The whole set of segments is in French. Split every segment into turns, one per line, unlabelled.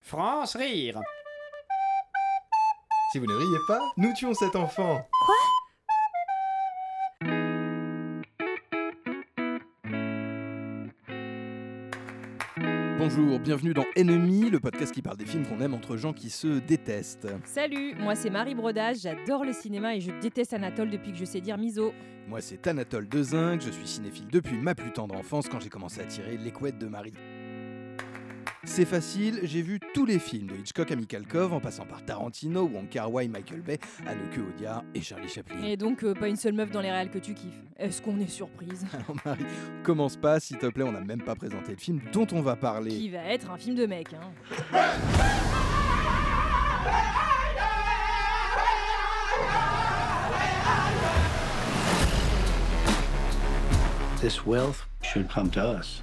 France rire.
Si vous ne riez pas, nous tuons cet enfant.
Bonjour, bienvenue dans Ennemi, le podcast qui parle des films qu'on aime entre gens qui se détestent.
Salut, moi c'est Marie Brodage, j'adore le cinéma et je déteste Anatole depuis que je sais dire miso.
Moi c'est Anatole Dezinck, je suis cinéphile depuis ma plus tendre enfance quand j'ai commencé à tirer les couettes de Marie. C'est facile, j'ai vu tous les films de Hitchcock à Mikhalkov en passant par Tarantino, Wong Kar-wai, Michael Bay, Anouk Odia et Charlie Chaplin.
Et donc euh, pas une seule meuf dans les réals que tu kiffes. Est-ce qu'on est surprise
Alors Marie, commence pas s'il te plaît, on n'a même pas présenté le film dont on va parler.
Qui va être un film de mec, hein
This wealth should come to us.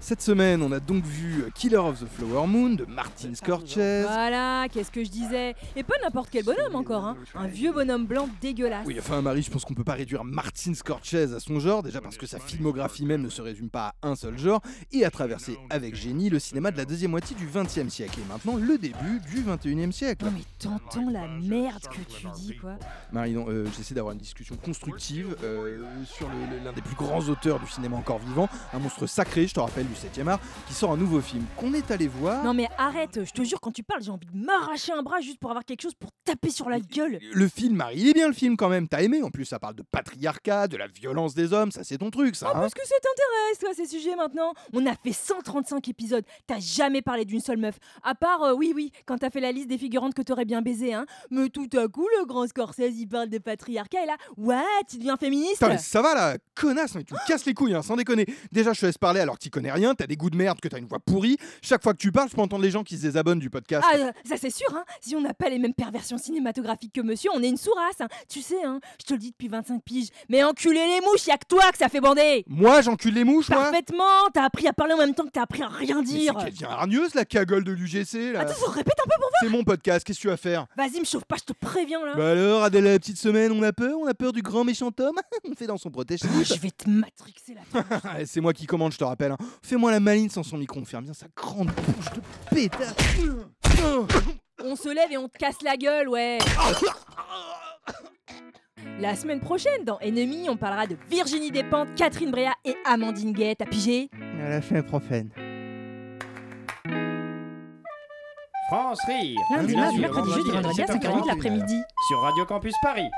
Cette semaine, on a donc vu Killer of the Flower Moon de
Bah,
Martin Scorsese.
Voilà, qu'est-ce que je disais Et pas n'importe quel bonhomme encore, hein Un vieux bonhomme blanc dégueulasse.
Oui, enfin Marie, je pense qu'on peut pas réduire Martin Scorsese à son genre, déjà parce que sa filmographie même ne se résume pas à un seul genre, et à traverser avec génie le cinéma de la deuxième moitié du XXe siècle, et maintenant le début du XXIe siècle.
Non mais t'entends la merde que tu dis, quoi
Marie, non, euh, j'essaie d'avoir une discussion constructive euh, sur le- le- l'un des plus grands auteurs du cinéma encore vivant, un monstre sacré, je te rappelle, du 7e art, qui sort un nouveau film qu'on est allé voir.
Non mais arrête, je te jure, quand tu parles, j'ai envie de m'arracher un bras juste pour avoir quelque chose pour taper sur la gueule
Le film, Marie, il est bien le film quand même, t'as aimé, en plus ça parle de patriarcat, de la violence des hommes, ça c'est ton truc ça.
Oh,
hein.
parce que ça t'intéresse, toi, ces sujets maintenant On a fait 135 épisodes, t'as jamais parlé d'une seule meuf. À part, euh, oui, oui, quand t'as fait la liste des figurantes que t'aurais bien baisé, hein. Mais tout à coup, le grand Scorsese, il parle de patriarcat, et là, ouais, tu deviens féministe
Putain, mais ça va là, connasse, mais tu me casses les couilles, hein, sans déconner. Déjà, je te laisse parler alors que t'y connais rien, t'as des goûts de merde, que t'as une voix pourrie. Chaque fois que tu parles, je peux entendre les gens qui se désabonnent du podcast.
Ah, euh, ça c'est sûr, hein. Si on n'a pas les mêmes perversions cinématographiques que monsieur, on est une sourasse, hein. Tu sais, hein, je te le dis depuis 25 piges. Mais enculer les mouches, y'a que toi que ça fait bander
Moi, j'encule les mouches, moi
Parfaitement T'as appris à parler en même temps que t'as appris à rien
Mais c'est
dire Ah,
qu'elle devient hargneuse, la cagole de l'UGC, là.
Attends, ça se répète un peu pour...
C'est mon podcast, qu'est-ce que tu vas faire
Vas-y, me chauffe pas, je te préviens, là
Bah alors, Adèle, la petite semaine, on a peur On a peur du grand méchant homme On fait dans son protège
Je vais te matrixer la
C'est moi qui commande, je te rappelle. hein. Fais-moi la maline sans son micro, on ferme bien sa grande bouche de pétard.
On se lève et on te casse la gueule, ouais. La semaine prochaine, dans Ennemi, on parlera de Virginie Despentes, Catherine Bréa et Amandine Guette. T'as pigé
Elle a fait un profane.
France rire.
Lundi, mardi,
Du
mercredi, jeudi,
vendredi à
vendredi à 5h30 de
17h40,
l'après-midi.
Sur Radio Campus Paris.